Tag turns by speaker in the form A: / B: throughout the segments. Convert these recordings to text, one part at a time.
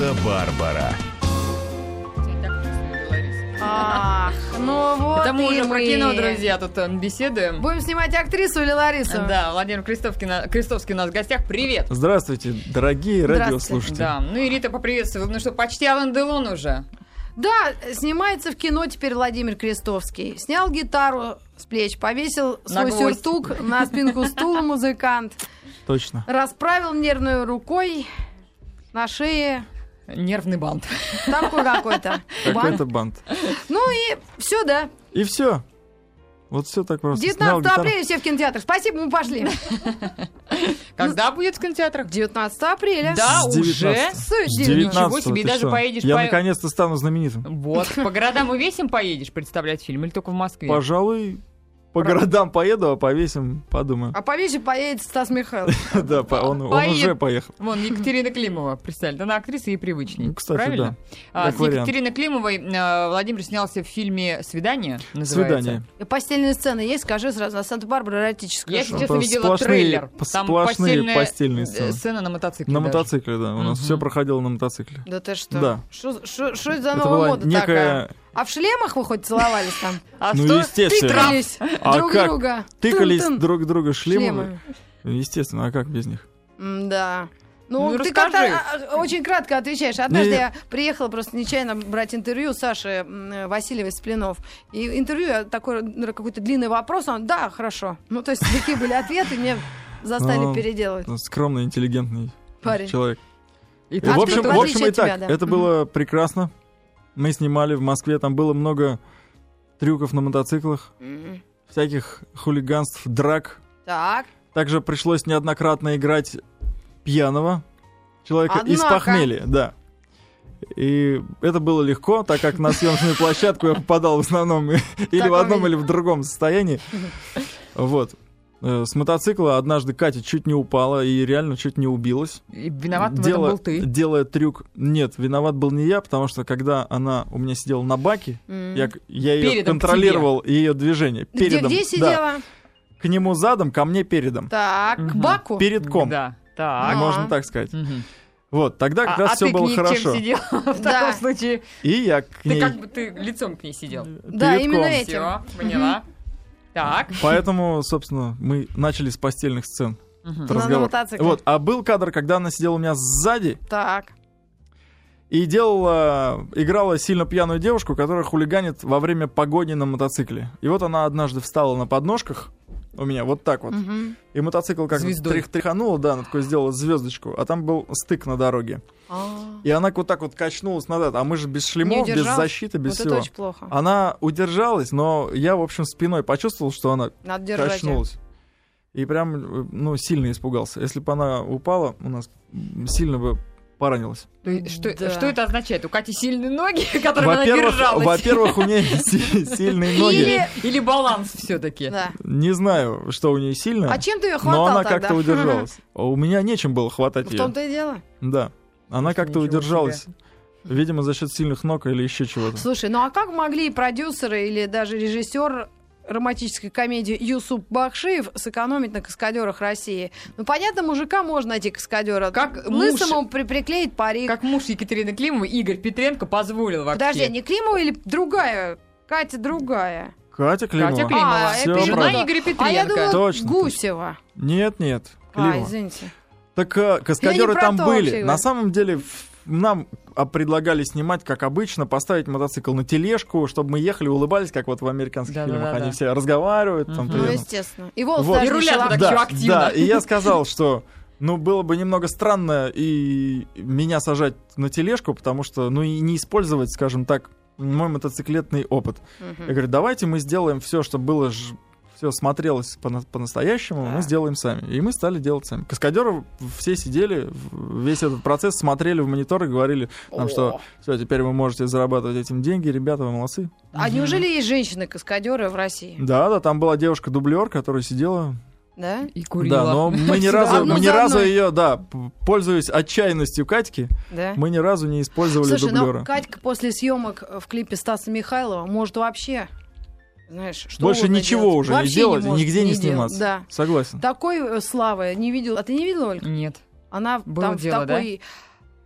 A: Санта-Барбара.
B: Ах, ну вот
C: Это мы
B: и
C: уже про
B: мы.
C: кино, друзья, тут э, беседуем.
B: Будем снимать актрису или Ларису?
C: Да, Владимир Крестовкин, на- Крестовский у нас в гостях. Привет!
D: Здравствуйте, дорогие
B: Здравствуйте.
D: радиослушатели.
C: Да, ну и Рита поприветствовала, ну что, почти Алан Делон уже.
B: Да, снимается в кино теперь Владимир Крестовский. Снял гитару с плеч, повесил
C: На
B: свой
C: гвоздь.
B: сюртук на спинку стула музыкант,
D: Точно.
B: расправил нервную рукой на шее
C: Нервный бант.
B: тапку какой-то.
D: Какой-то бант.
B: Ну и все, да.
D: И все. Вот все так просто. Снял
B: 19
D: гитару.
B: апреля все в кинотеатр. Спасибо, мы пошли.
C: Когда будет в кинотеатрах?
B: 19 апреля.
C: Да,
D: Ну, С
C: уже?
D: 19-го.
B: С
D: С
B: девятнадцатого.
D: 19-го,
C: Ничего себе,
D: ты
C: даже
D: что?
C: поедешь
D: Я
C: по-
D: наконец-то стану знаменитым.
C: Вот, по городам и весим поедешь представлять фильм или только в Москве?
D: Пожалуй, по
C: Правда.
D: городам поеду, а повесим, подумаю.
B: А повече поедет Стас Михайлов.
D: Да, по- он он
C: Поед-
D: уже поехал.
C: Вон, Екатерина Климова, представили. Она актриса и привычнее.
D: Ну, кстати,
C: правильно?
D: да.
C: А,
D: Как
C: с
D: вариант.
C: Екатериной Климовой э, Владимир снялся в фильме «Свидание». называется.
D: Свидание.
B: И Постельные сцены есть, скажи сразу, на Санта-Барбара эротическая.
C: Я,
B: шоу.
C: если честно,
D: Там
C: видела
D: сплошные-
C: трейлер.
D: пос-
C: Там
D: сплошные
C: постельная,
D: постельные
C: э,
D: сцены.
C: Сцена на мотоцикле.
D: На
C: даже.
D: мотоцикле, да. У нас
C: Мгм.
D: все проходило на мотоцикле.
B: Да ты что?
D: Да.
B: Что за
D: Это
B: новая
D: была
B: мода такая?
D: некая...
B: А в шлемах вы хоть целовались там?
C: А
D: Ну,
C: что?
D: естественно.
B: Тыкались
D: А
B: друг
D: как?
B: друга.
D: Тыкались
B: Тын-тын.
D: друг друга шлемами.
B: шлемами.
D: Естественно, а как без них?
B: Да. Ну,
C: Ну,
B: ты
C: расскажи.
B: как-то а, а, очень кратко отвечаешь. Однажды
D: Не-
B: я приехала просто нечаянно брать интервью Саши м, э, Васильевой Сплинов. И интервью, я такой ну, какой-то длинный вопрос, он, да, хорошо. Ну, то есть такие были ответы, меня заставили
D: Ну,
B: переделывать.
D: Ну, Скромный, интелligентный
B: Парень.
D: человек.
C: И
D: И,
C: тут
D: в общем,
B: ты-
D: в общем,
B: отличие
D: и
B: от тебя,
D: так,
B: да.
D: это
B: Мгм.
D: было прекрасно. Мы снимали в Москве, там было много трюков на мотоциклах,
B: М,
D: всяких хулиганств, драк.
B: Так.
D: Также пришлось неоднократно играть пьяного человека из
B: Однако.
D: похмелья, да. И это было легко, так как на съемочную площадку я попадал в основном или в
B: Таком
D: одном,
B: виде.
D: или в другом состоянии. Вот. Э, С мотоцикла однажды Катя чуть не упала и реально чуть не убилась.
C: И виноват в этом
D: Дело-
C: был ты.
D: Делая трюк. Нет, виноват был не я, потому что когда она у меня сидела на баке,
B: М.
D: я, к- я ее
C: Передом к
D: контролировал ее движение.
B: Где,
D: Передом.
B: где
D: да.
B: сидела?
D: К нему задом, ко мне передом.
B: Так, к
C: Мгм.
B: Баку.
D: Перед ком.
C: Да, так.
D: Можно
B: Ага.
D: так сказать.
C: Мгм.
D: Вот, тогда как
C: а,
D: раз
C: а
D: все
C: ты
D: было
C: к ней
D: хорошо.
C: чем сидел в
B: Да.
C: таком случае?
D: И я к
C: Ты
D: ней
C: как бы ты лицом к ней сидел.
B: Да,
D: перед
B: именно
D: ком.
B: эти.
C: Все, поняла. Так.
D: Поэтому, собственно, мы начали с постельных сцен.
C: Мгм.
D: этот
B: На- на
D: разговор.
B: мотоцикле.
D: Вот, а был кадр, когда она сидела у меня сзади
B: Так.
D: и делала, играла сильно пьяную девушку, которая хулиганит во время погони на мотоцикле. И вот она однажды встала на подножках у меня вот так вот.
B: Мгм.
D: И мотоцикл как
C: Звездой.
D: трих тряхануло, да, она такой сделала звездочку, а там был стык на дороге.
B: А,
D: И она вот так вот качнулась назад, а мы же без
B: Не
D: шлемов, без
B: удержалась?
D: защиты, без
B: Вот это
D: всего. А,
B: очень плохо.
D: Она удержалась, но я, в общем, спиной почувствовал, что она
B: Надо держать. её.
D: качнулась. И прям, э, ну, сильно испугался. Если бы она упала, у нас м, сильно бы поранилась.
C: То есть Что,
B: Да.
C: что это означает? У Кати сильные ноги, которыми она
D: Во-первых,
C: держалась?
D: во-первых, у нее си- сильные ноги.
B: Или-
C: Или баланс все-таки?
B: Да.
D: Не знаю, что у нее сильно,
B: А чем ты ее хватал
D: но она
B: тогда?
D: как-то удержалась. У меня нечем было хватать
B: В
D: ее.
B: том-то и дело.
D: Да. Она
C: Слушай,
D: как-то
C: ничего
D: удержалась. Видимо, за счет сильных ног или еще чего-то.
B: Слушай, ну а как могли продюсеры или даже режиссер романтической комедии Юсуп Бахшиев сэкономить на каскадерах России? Ну, понятно, мужика можно найти каскадера.
C: Как муж-
B: Лысому при- приклеить парик.
C: Как муж Екатерины Климовой, Игорь Петренко позволил вообще.
B: Подожди, а не Климова или другая? Катя другая.
D: Катя Климова.
C: Катя Климова.
B: А,
D: Всё
B: это
C: жена
D: правда.
C: Игоря Петренко.
B: А я думала,
D: Точно,
B: Гусева.
D: Нет, нет.
B: А,
D: Климова.
B: извините.
D: Так э,
B: Я
D: каскадеры
B: не про
D: там
B: то вообще
D: были.
B: говорю.
D: На самом деле ф- нам а, предлагали снимать, как обычно, поставить мотоцикл на тележку, чтобы мы ехали, улыбались, как вот в американских
C: Да-да-да-да.
D: фильмах они все разговаривают.
C: Мгм.
D: Там,
B: Ну,
D: приятно.
B: естественно. И волосы
D: Вот.
B: даже
C: И
B: не
C: руля
B: шелохнул.
C: туда так чё
D: да,
C: активно.
D: да, и я сказал, что ну, было бы немного странно и меня сажать на тележку, потому что, ну, и не использовать, скажем так, мой мотоциклетный опыт.
B: Мгм.
D: Я говорю, давайте мы сделаем все, чтобы было все смотрелось пона- по-настоящему,
B: Да.
D: мы сделаем сами. И мы стали делать сами. Каскадеры все сидели, в- весь этот процесс смотрели в монитор и говорили нам, что все, теперь вы можете зарабатывать этим деньги, ребята, вы молодцы.
B: А неужели есть женщины-каскадеры в России?
D: Да, да, там была девушка-дублер, которая сидела.
B: Да?
C: И курила.
D: Да, но мы ни разу,
B: Одну
D: мы ни
B: за
D: разу
B: одной.
D: ее, да, п- пользуясь отчаянностью Катьки,
B: Да.
D: мы ни разу не использовали
B: Слушай,
D: дублера.
B: ну Катька после съемок в клипе Стаса Михайлова может вообще, знаешь, что
D: Больше
B: угодно
D: ничего
B: делать.
D: уже
B: Вообще
D: не делать,
B: может,
D: нигде не,
B: делать,
D: сниматься.
B: Да.
D: Согласен.
B: Такой э, славы не видел. А ты не видела, Ольга?
C: Нет.
B: Она
C: Было
B: там
C: дело,
B: в такой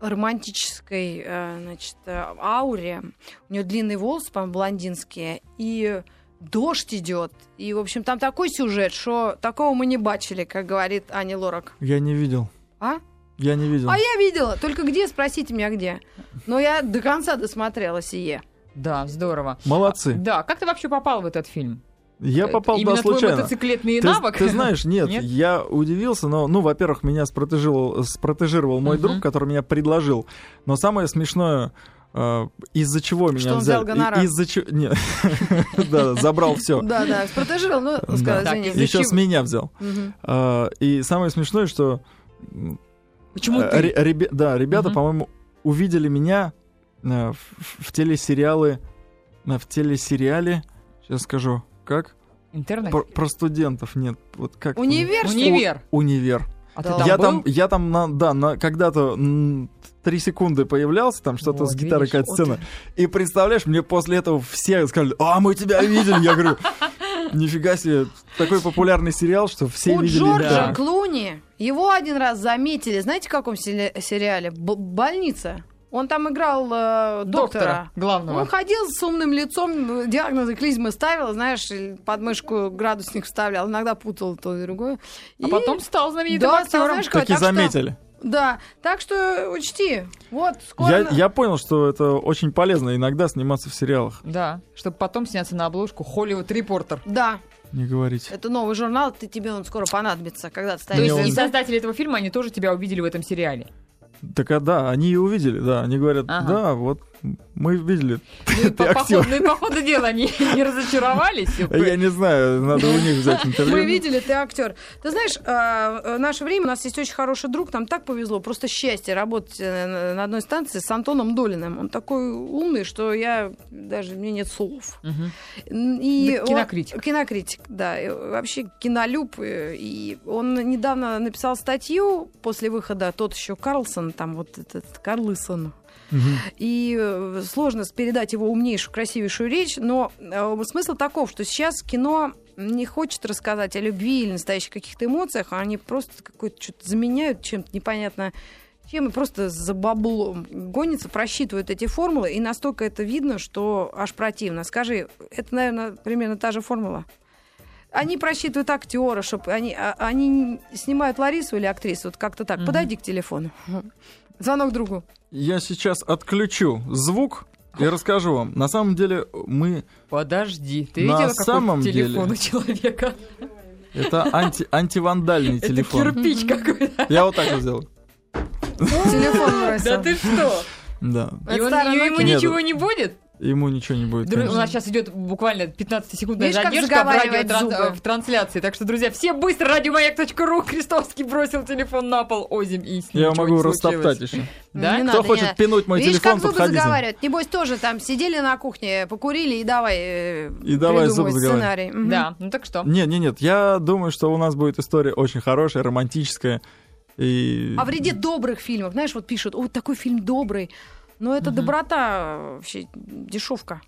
B: романтической, э, значит, э, ауре. У нее длинные волосы, по-моему, блондинские, и дождь идет. И, в общем, там такой сюжет, что такого мы не бачили, как говорит Аня Лорак.
D: Я не видел.
B: А?
D: Я не видел.
B: А я видела. Только где, спросите меня где. Но я до конца досмотрела сие.
C: Да, здорово.
D: Молодцы.
C: Да, как ты вообще попал в этот фильм?
D: Я
C: Э,
D: попал
C: Именно
D: туда
C: твой
D: случайно.
C: мотоциклетный
D: Ты,
C: навык?
D: ты знаешь, нет,
C: Нет?
D: я удивился, но, ну, во-первых, меня спротежировал, спротежировал мой
C: Мгм.
D: друг, который меня предложил. Но самое смешное, э, из-за чего меня
B: он взял
D: взяли? И-
B: гонорар.
D: Из-за чего? Нет, да, забрал все.
B: Да, да, спротежировал, ну, сказал,
C: Так,
B: извини.
C: из-за
D: Еще
C: чего?
D: с меня взял.
B: Мгм.
D: Э, И самое смешное, что м,
C: Почему
D: э,
C: ты?
D: ре- ребя- да, ребята,
C: Мгм.
D: по-моему, увидели меня э, в, в телесериалы, э, в телесериале, сейчас скажу, как?
C: Интернет?
D: Про, про студентов, нет, вот как?
B: Универ? что ли?
C: Универ.
D: Универ.
C: А
B: Да.
C: ты там
D: я
C: был?
D: там, я там, на, да, на, когда-то м, три секунды появлялся, там что-то
C: Вот,
D: с гитарой
C: видишь,
D: какая-то
C: вот
D: сцена. И представляешь, мне после этого все сказали, а мы тебя видели, я говорю, нифига себе, такой популярный сериал, что все
B: У
D: видели.
B: Джорджа
D: да.
B: Клуни его один раз заметили. Знаете, в каком селе- сериале? Б- больница. Он там играл э, доктора.
C: Доктора. Ну, Главного.
B: Он ходил с умным лицом, э, диагнозы клизмы ставил, знаешь, и под мышку градусник вставлял, иногда путал то и другое. И-
C: А потом стал знаменитым
B: Да, стал,
C: актером.
B: знаешь, как,
D: Таки
B: так что-
D: заметили.
B: да, так что учти. Вот, скоро...
D: Я, я понял, что это очень полезно иногда сниматься в сериалах.
C: Да, чтобы потом сняться на обложку Холливуд Репортер.
B: Да,
D: Не говорите.
B: это новый журнал, ты, тебе он скоро понадобится, когда ты
C: То
B: станешь
D: Мне он-
C: есть и создатели этого фильма, они тоже тебя увидели в этом сериале.
D: Так а да, они и увидели, да. Они говорят,
C: Э, Ага.
D: да, вот мы видели.
C: Ну и по,
D: актер.
C: походу, ну и по ходу дела они не разочаровались.
D: Я не знаю, надо у них взять интервью.
B: Мы видели, ты актер. Ты знаешь, э, э, наше время, у нас есть очень хороший друг, нам так повезло, просто счастье работать э, на одной станции с Антоном Долиным. Он такой умный, что я даже, мне нет слов.
C: Мгм.
B: И
C: Да,
B: он-
C: кинокритик.
B: кинокритик, да. И вообще кинолюб. э, И он недавно написал статью после выхода «Тот еще Карлсон», там вот этот Карлысон.
D: Мгм.
B: И э, сложно с- передать его умнейшую, красивейшую речь, но э, смысл таков, что сейчас кино не хочет рассказать о любви или настоящих каких-то эмоциях, а они просто какое-то что-то заменяют чем-то непонятно чем, и просто за баблом гонятся, просчитывают эти формулы, и настолько это видно, что аж противно. Скажи, это, наверное, примерно та же формула? Они просчитывают актера, чтобы они, а- они снимают Ларису или актрису, вот как-то так.
C: Мгм.
B: Подойди к телефону. Звонок другу.
D: Я сейчас отключу звук и расскажу вам. На самом деле мы...
C: Подожди, ты
D: На
C: видела, какой
D: самом
C: телефон
D: деле-
C: у человека?
D: Это анти- антивандальный
C: Это
D: телефон.
C: кирпич какой-то.
D: Я вот так вот сделал.
B: Телефон бросил.
C: Да ты что?
D: Да.
B: Это
C: И он-
B: старый
C: и ему
D: Nokia.
C: ничего не будет?
D: Ему ничего не будет.
C: Дру- У
D: конечно.
C: нас сейчас идет буквально 15-секундная
B: Видишь, как
C: задержка в, а радио,
B: заговаривает зубы.
C: в трансляции. Так что, друзья, все быстро радиомаяк.ру. Крестовский бросил телефон на пол озим и с ним
D: Я
C: ничего
D: могу
C: не случилось.
D: растоптать еще.
C: Да?
B: Ну, Не
D: Кто
B: надо,
D: хочет
B: не-
D: пинуть мой
B: Видишь,
D: телефон,
B: как зубы
D: подходите.
B: заговаривают. Небось, тоже там сидели на кухне, покурили и давай э,
D: И давай зубы
B: придумывать сценарий. Мгм.
C: Да, ну так что?
D: Нет, нет, нет. Я думаю, что у нас будет история очень хорошая, романтическая. И...
B: О вреде А добрых фильмов. Знаешь, вот пишут, вот такой фильм добрый. Но это
C: Мгм.
B: доброта э, вообще дешевка.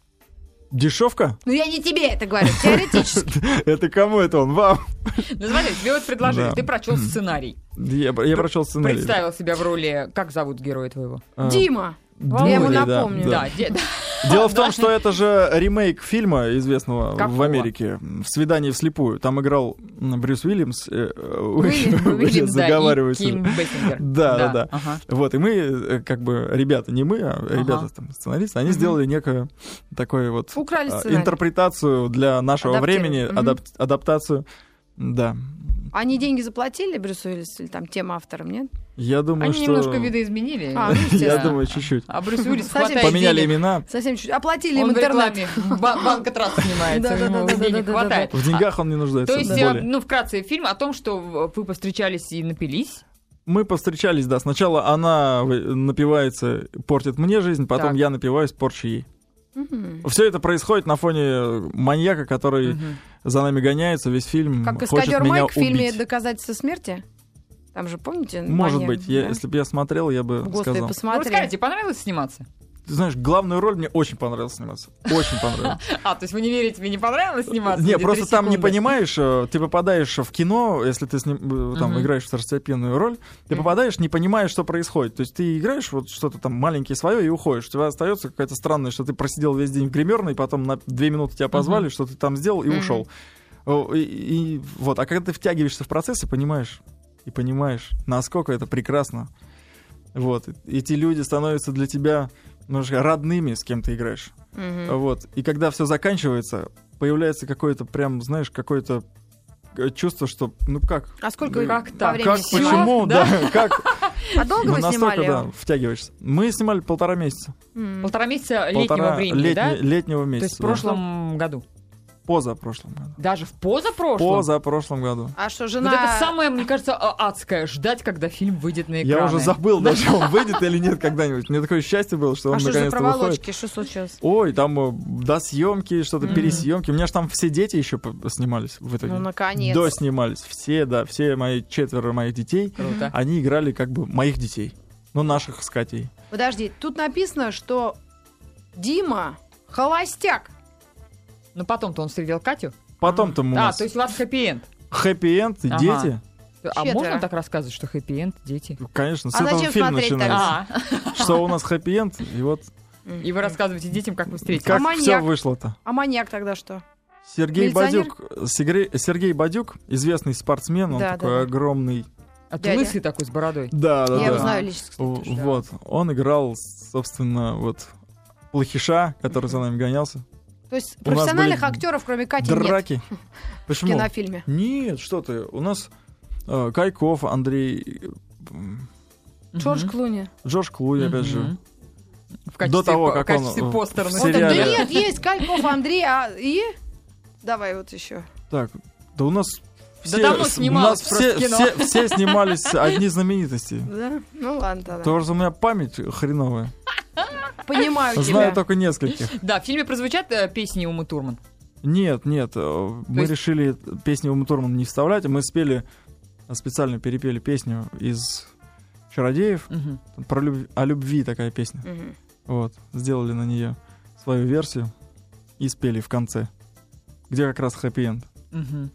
D: Дешевка?
B: Ну, я не тебе это говорю, теоретически.
D: Это кому это он? Вам?
C: Ну смотри, тебе вот предложили,
D: Да.
C: ты прочел сценарий.
D: Я, я прочел сценарий.
C: Представил себя в роли, как зовут героя твоего?
D: А,
B: Дима,
D: Дмитрий,
B: я ему
D: да,
B: напомню.
D: да.
C: Да, де- да.
D: Дело в том, что это же ремейк фильма известного в
C: Какого?
D: Америке «В свидании вслепую». Там играл м, Брюс Уиллимс. э, э,
B: Уиллим-
D: уже
C: Уильям, да, и
D: заговариваюсь.
C: Ким Бессингер.
D: Да, да, да.
C: ага.
D: Вот, и мы, э, как бы, ребята, не мы, а ребята, там, сценаристы, они
C: Мгм.
D: сделали некую такую вот
B: Украли
D: а,
B: сценарий.
D: интерпретацию для нашего
B: Адаптировали.
D: времени,
B: Мгм.
D: адап- адаптацию. Да.
B: Они деньги заплатили Брюсу Уиллису или там тем авторам, нет?
D: Я думаю,
C: Они
D: Ну что...
C: немножко видоизменили.
B: А, ну,
D: Я
B: естественно.
D: думаю, чуть-чуть.
C: А Брюс Уиллис
B: Совсем
C: хватает
D: Поменяли
C: денег.
D: имена.
B: Совсем чуть. Оплатили им
C: Он в
B: интернет.
C: рекламе ба- банка трасс снимается,
B: Да, да,
C: ему
B: да, да,
C: денег
B: да, да,
C: хватает.
D: В деньгах он не нуждается.
C: То есть,
D: тем
C: э,
D: более.
C: ну, вкратце, фильм о том, что в- вы повстречались и напились.
D: Мы повстречались, да. Сначала она вы- напивается, портит мне жизнь, потом
C: Так.
D: я напиваюсь, порчу ей.
B: Мгм.
D: Все это происходит на фоне э, маньяка, который
C: Мгм. Ну,
D: за нами гоняется весь фильм.
B: Как
D: хочет
B: каскадер
D: меня
B: Майк в фильме
D: убить.
B: «Доказательство смерти». Там же, помните?
D: Может
B: маньяк,
D: быть, я-
B: да?
D: если бы я смотрел, я бы
B: Господи,
D: сказал.
C: Ну,
B: посмотри.
C: расскажите, понравилось сниматься?
D: ты знаешь, главную роль мне очень понравилось сниматься. Очень понравилось.
C: А, то есть вы не верите, мне не понравилось сниматься?
D: Не,
C: эти
D: просто
C: три
D: там не
C: секунды?
D: понимаешь, э, ты попадаешь в кино, если ты с ним, э, там
C: Мгм.
D: играешь второстепенную роль, ты
C: Мгм.
D: попадаешь, не понимаешь, что происходит. То есть ты играешь вот что-то там маленькое свое и уходишь. У тебя остается какая-то странная, что ты просидел весь день в гримерной, потом на две минуты тебя позвали, что ты там сделал и
C: Мгм.
D: ушел. О, И, и вот, а когда ты втягиваешься в процесс и понимаешь, и понимаешь, насколько это прекрасно. Вот, и эти люди становятся для тебя немножко родными, с кем ты играешь.
C: Э,
B: Мгм.
D: Вот. И когда все заканчивается, появляется какое-то прям, знаешь, какое-то э, чувство, что ну как?
B: А сколько вы
D: Как
B: по
C: так?
B: времени
D: как,
B: снимали?
D: почему, да, как?
B: А долго
D: Ну,
B: вы
D: настолько,
B: снимали?
D: да, втягиваешься. Мы снимали полтора месяца.
B: М.
C: Полтора месяца летнего
D: Полтора
C: времени, да?
D: летне- летнего
C: То есть
D: месяца.
C: в прошлом году.
D: Позапрошлом году.
C: Даже в позапрошлом?
D: Позапрошлом году.
B: А что,
C: Вот
B: жена...
C: это самое, мне кажется, а- адское. Ждать, когда фильм выйдет на экраны.
D: Я уже забыл даже, он выйдет или нет когда-нибудь. Мне такое счастье было, что
B: А
D: он
B: что ж за
D: наконец-то выходит.
B: проволочки? Что случилось?
D: Ой, там э, до съемки, что-то
C: Мгм.
D: пересъемки. У меня же там все дети еще по- снимались в итоге.
B: Ну, наконец.
D: Доснимались. Все, да, все мои четверо моих детей.
C: Круто.
D: они играли как бы моих детей. Ну, наших с Катей.
B: Подожди, тут написано, что Дима холостяк.
C: Но потом-то он встретил Катю.
D: Потом-то у
C: А,
D: нас
C: то есть у вас хэппи-энд.
D: хэппи-энд, и
C: Ага.
D: дети.
C: А
B: Четверо.
C: можно так рассказывать, что хэппи-энд, дети?
D: Ну, Конечно, с
B: А
D: этого
B: зачем
D: фильм
B: смотреть
D: начинается.
C: А,
D: Что у нас хэппи-энд, и вот
C: и вы рассказываете детям, как вы встретились.
D: как
B: А маньяк?
D: все вышло-то.
B: А маньяк тогда что?
D: Сергей
B: Милиционер?
D: Бадюк, Сергей, Сергей Бадюк, известный спортсмен, он
B: Да,
D: такой
B: да, да.
D: огромный.
C: А ты
B: Дядя.
C: лысый такой с бородой.
D: Да, да,
B: Я
D: да.
B: его знаю лично. кстати,
D: В-
B: тоже.
D: Вот, он играл, собственно, вот плохиша, который за нами гонялся.
B: То есть
D: У нас
B: профессиональных
D: были
B: актеров, кроме Кати, нет
D: Драки.
B: в
D: Почему?
B: кинофильме.
D: Нет, что ты, у нас э, Кайков, Андрей, э, м,
B: Джордж Клуни.
D: Джордж Клуни, опять же.
C: В качестве,
D: До того,
C: по-
D: как
C: в качестве
D: он в-
C: постера.
D: в
C: на
B: Вот это- Да
D: сериале.
B: нет, есть Кальков, Андрей, а и... Давай вот еще.
D: Так, да у нас все,
C: давно
D: с- у
C: снималось
D: нас
C: просто
D: все,
C: кино.
D: все, все снимались одни знаменитости.
B: Да? Ну ладно тогда.
D: Потому что у меня память хреновая.
B: Понимаю
D: Знаю
B: тебя.
D: только нескольких.
C: Да, в фильме прозвучат э, песни Умы Турман.
D: Нет, нет, э, мы
C: есть-
D: решили песню Умы Турман не вставлять. Мы спели, э, специально перепели песню из «Чародеев»
C: Мгм.
D: про люб- о любви такая песня.
B: Мгм.
D: Вот, сделали на нее свою версию и спели в конце, где как раз хэппи-энд.
C: Мгм.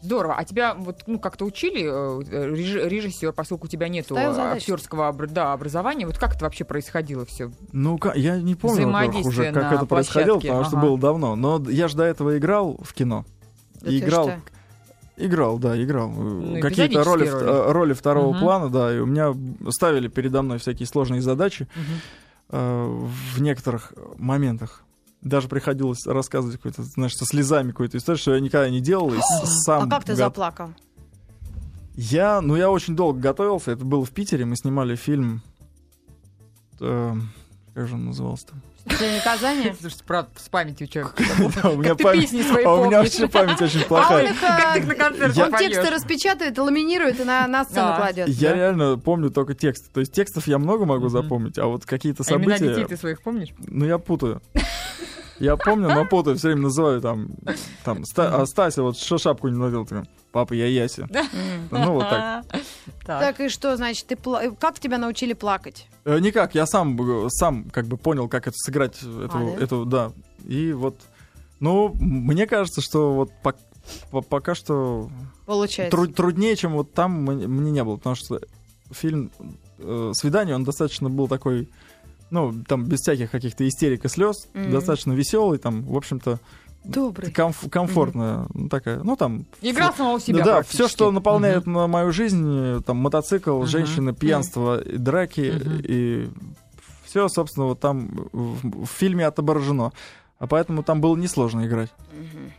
C: Здорово. А тебя вот ну как-то учили э, реж- режиссер, поскольку у тебя нету
B: Ставил задачу.
C: актерского обр- да, образования, вот как это вообще происходило все?
D: Ну, ка- я не помню, во-первых,
C: Взаимодействие
D: уже, как
C: на
D: это происходило,
C: площадке,
D: потому что
C: ага.
D: было давно. Но д- я же до этого играл в кино.
B: Да
D: и
B: ты
D: играл,
B: что?
D: играл, да, играл. э,
C: Ну,
D: Какие-то роли,
C: эпизодические
D: в- э, роли второго
C: Мгм.
D: плана, да. И у меня ставили передо мной всякие сложные задачи э, в некоторых моментах. Даже приходилось рассказывать какой-то, знаешь, со слезами какую-то историю, что я никогда не делал. И с- сам
B: А как ты
D: гад-
B: заплакал?
D: я, ну, я очень долго готовился. Это было в Питере. Мы снимали фильм. э, как же он назывался-то?
B: День наказания?
C: Слушай, правда, с памятью человек.
D: Да, у меня
C: Как ты
D: память-
C: песни свои
D: А у меня
C: помнишь?
D: вообще память очень
B: А он
D: плохая.
B: их,
C: Как ты
B: э,
C: их на концерт А
D: Я-
B: он тексты распечатает, ламинирует и на, на сцену
C: Да.
B: кладет.
D: Я
C: да?
D: реально помню только тексты. То есть текстов я много могу
C: Мгм.
D: запомнить, а вот какие-то
C: А имена детей
D: события...
C: ты своих помнишь?
D: Ну, я путаю. Я помню, но путаю, все время называю там... там Ста- а Стася вот что шапку не надел, такой, папа, я Яся.
B: М.
D: Ну, вот так.
C: А. Так.
B: Так и что, значит, ты пла- как тебя научили плакать?
D: Э, Никак, я сам, э, сам как бы понял, как это сыграть, э, эту,
B: А, да?
D: эту, да. И вот, ну, мне кажется, что вот пок- по- пока что
B: Получается.
D: Тру- труднее, чем вот там мне, мне не было, потому что фильм э, «Свидание», он достаточно был такой, ну, там, без всяких каких-то истерик и слез,
B: Мгм.
D: достаточно веселый, там, в общем-то,
B: Добрый.
D: комф- комфортная ну, такая, ну, там...
C: Игра самого себя
D: да,
C: практически.
D: все, что наполняет на мою жизнь, э, там, мотоцикл,
C: Мгм.
D: женщины, пьянство, и драки,
C: Мгм.
D: и все, собственно, вот там в, в фильме отображено. А поэтому там было несложно играть.
B: Мгм.
C: Мгм.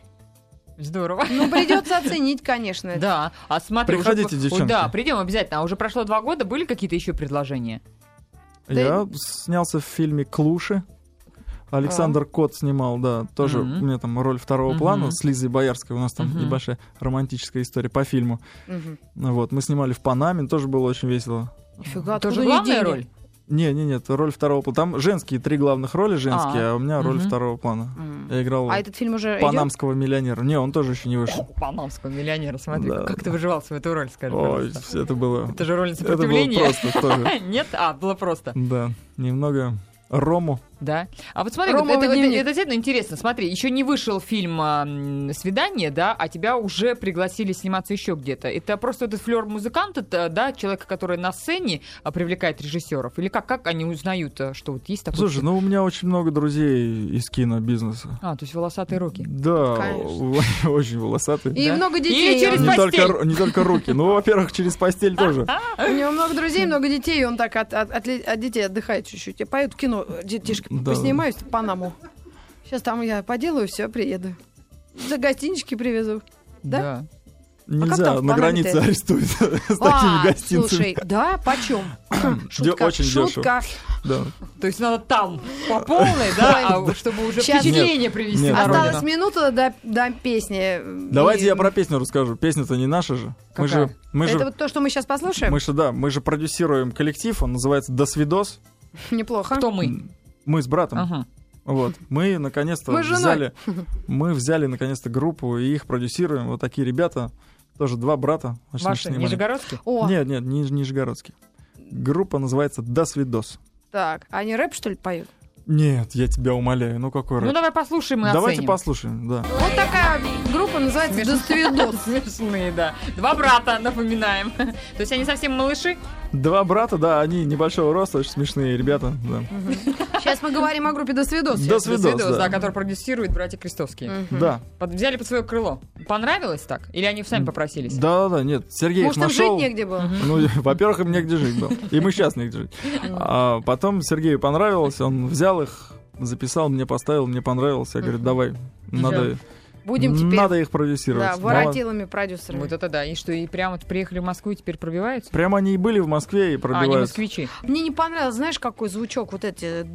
C: Здорово.
B: Ну, придется оценить, конечно. это.
C: Да, а смотри... уже-
D: Приходите,
C: Ой,
D: девчонки.
C: Да, придем обязательно. А уже прошло два года, были какие-то еще предложения?
B: Да
D: Я снялся в фильме Клуши. Александр Кот снимал, да, тоже
C: Мгм.
D: у меня там роль второго
C: Мгм.
D: плана с Лизой Боярской. У нас там
C: Мгм.
D: небольшая романтическая история по фильму.
B: Мгм.
D: Ну Вот, мы снимали в Панаме, тоже было очень весело.
B: Нифига, откуда
C: Тоже
B: у нее
C: главная
B: деньги?
C: роль?
D: Не, не, нет, роль второго плана. Там женские три главных роли женские, а, у меня роль
C: Мгм.
D: второго плана.
B: М.
D: Я играл
B: А этот фильм уже идет?
D: панамского миллионера. Не, он тоже еще не
C: О,
D: вышел.
C: Панамского миллионера, смотри,
D: Да.
C: как ты выживал в эту роль, скажи,
D: Ой,
C: пожалуйста.
D: это было.
C: Это же роль
D: Это было
C: сопротивления.
D: просто тоже.
C: Нет? А, было просто.
D: Да, немного Рому.
C: Да. А вот смотри,
B: Ромовый
C: вот это, это,
B: дневник.
C: это действительно интересно. Смотри, еще не вышел фильм а, м, «Свидание», да, а тебя уже пригласили сниматься еще где-то. Это просто этот флер музыканта, т- да, человека, который на сцене а, привлекает режиссеров? Или как, как они узнают, а, что вот есть такой...
D: Слушай,
C: человек?
D: ну у меня очень много друзей из кинобизнеса.
C: А, то есть волосатые руки.
D: Да,
B: Конечно.
D: о- очень волосатые.
B: И
C: Да.
B: много
C: Или
B: детей.
C: через
B: Он-
D: Не только,
C: постель.
D: ру- не только руки. Ну, во-первых, через постель тоже.
B: У него много друзей, много детей, и он так от, от- от ли- от детей отдыхает чуть-чуть. Я поеду в кино, э, детишки,
D: Да.
B: поснимаюсь в Панаму. Сейчас там я поделаю, все, приеду. За гостинички привезу. Да? как там
D: Нельзя,
B: в
D: на
B: Панаме-то?
D: границе арестуют с такими
B: А,
D: гостинцами.
B: слушай, да, почем? Шутка,
D: очень дешево.
B: шутка.
D: Да.
C: То есть надо там, по полной, да, а чтобы уже
B: Сейчас.
C: впечатление привести
D: Нет,
C: народу.
B: Осталась минута до, до песни.
D: Давайте
B: И-
D: я про песню расскажу. Песня-то не наша же. Мы
C: Какая?
D: же, мы
B: Это
D: же,
B: вот то, что мы сейчас послушаем?
D: мы же, да, мы же продюсируем коллектив. Он называется Досвидос.
B: Неплохо.
C: Кто мы?
D: Мы с братом.
C: Ага.
D: Вот. Мы наконец-то
B: Мы с женой.
D: взяли, мы взяли наконец-то группу и их продюсируем. Вот такие ребята, тоже два брата. Очень
C: Ваши,
D: снимали.
C: нижегородские?
B: О,
D: Нет, нет, не нижегородские. Группа называется Досвидос.
B: так. Они рэп, что ли, поют?
D: Нет, я тебя умоляю, ну какой
C: Ну
D: раз.
C: давай послушаем и
D: Давайте
C: оценим.
D: послушаем, да.
B: Вот такая группа называется «Доствидос».
C: Смешные, да. Два брата, напоминаем. То есть они совсем малыши?
D: Два брата, да, они небольшого роста, очень смешные ребята. Да,
B: Сейчас мы говорим о группе «Досвидос».
D: Да. Досвидос,
C: Досвидос,
D: да.
C: да, который продюсирует братья Крестовские.
B: Мгм.
D: да,
C: Под- Взяли под свое крыло. Понравилось так? Или они сами попросились?
D: да, да, нет, Сергей
B: Может,
D: их
B: им жить
D: нашел.
B: негде было?
D: Ну, во-первых, им негде жить было. Им и сейчас негде жить. А потом Сергею понравилось, он взял их, записал, мне поставил, мне понравилось. Я говорю, давай, надо,
B: Будем теперь
D: надо их продюсировать.
B: да,
D: Мало-
B: воротилами продюсерами.
C: Вот это да. И что, и прямо вот приехали в Москву и теперь пробиваются?
D: Прямо они и были в Москве
C: А,
D: и
C: они
D: пробиваются.
C: москвичи.
B: Мне не понравилось, знаешь, какой звучок вот эти э,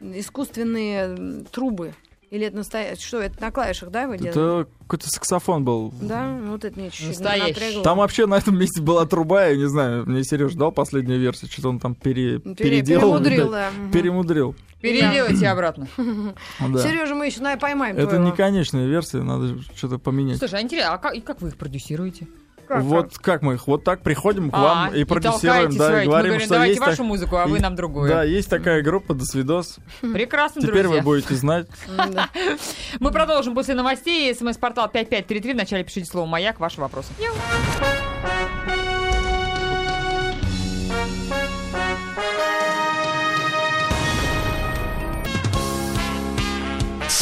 B: искусственные м, трубы. Или это настоящее? Что, это на клавишах, да, вы делали?
D: Это какой-то саксофон был.
B: Да, ну вот это мне чуть-чуть
C: Настоящий.
B: напрягло.
D: Там вообще на этом месте была труба, я не знаю, мне Сереж дал последнюю версию, что-то он там пере-
B: Ну, Пере-
D: переделал.
B: перемудрил,
D: да.
B: да. Мгм.
D: Перемудрил.
C: Переделайте обратно. Ну,
D: Да.
B: Сережа, мы еще наверное, поймаем
D: Это
B: твоего.
D: не конечная версия, надо что-то поменять.
C: Слушай, а интересно, а как, и как вы их продюсируете?
B: Как,
D: вот как? мы их? Вот так приходим к
C: А,
D: вам и продюсируем,
C: толкаете
D: да,
C: свои.
D: и
C: Мы
D: говорим, что
C: давайте
D: есть
C: вашу
D: так-
C: музыку, а вы
D: и-
C: нам другую.
D: Да, есть такая группа, до свидос.
C: Прекрасно,
D: Теперь
C: друзья.
D: вы будете знать.
B: М, да.
C: Мы продолжим после новостей. СМС-портал 5533. Вначале пишите слово «Маяк». Ваши вопросы.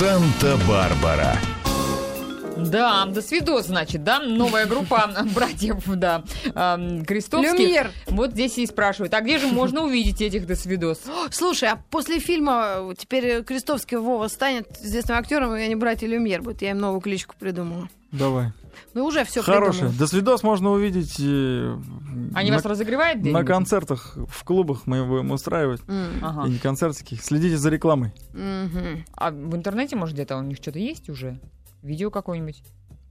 A: Санта-Барбара.
C: Да, до свидос, значит, да? Новая группа братьев, да, эм, Крестовских.
B: Люмьер.
C: Вот здесь и спрашивают, а где же можно увидеть этих до свидос?
B: Слушай, а после фильма э, теперь э, Крестовский Вова станет известным актером, и они братья Люмьер будут. Я им новую кличку придумала.
D: Давай.
B: Ну, уже все
D: Хорошая. До свидос можно увидеть э,
C: Они
D: на,
C: вас разогревают?
D: на
C: где-нибудь?
D: концертах, в клубах мы будем устраивать.
C: Ага.
D: И не концертики. Следите за рекламой.
C: А в интернете, может, где-то у них что-то есть уже? Видео какое-нибудь?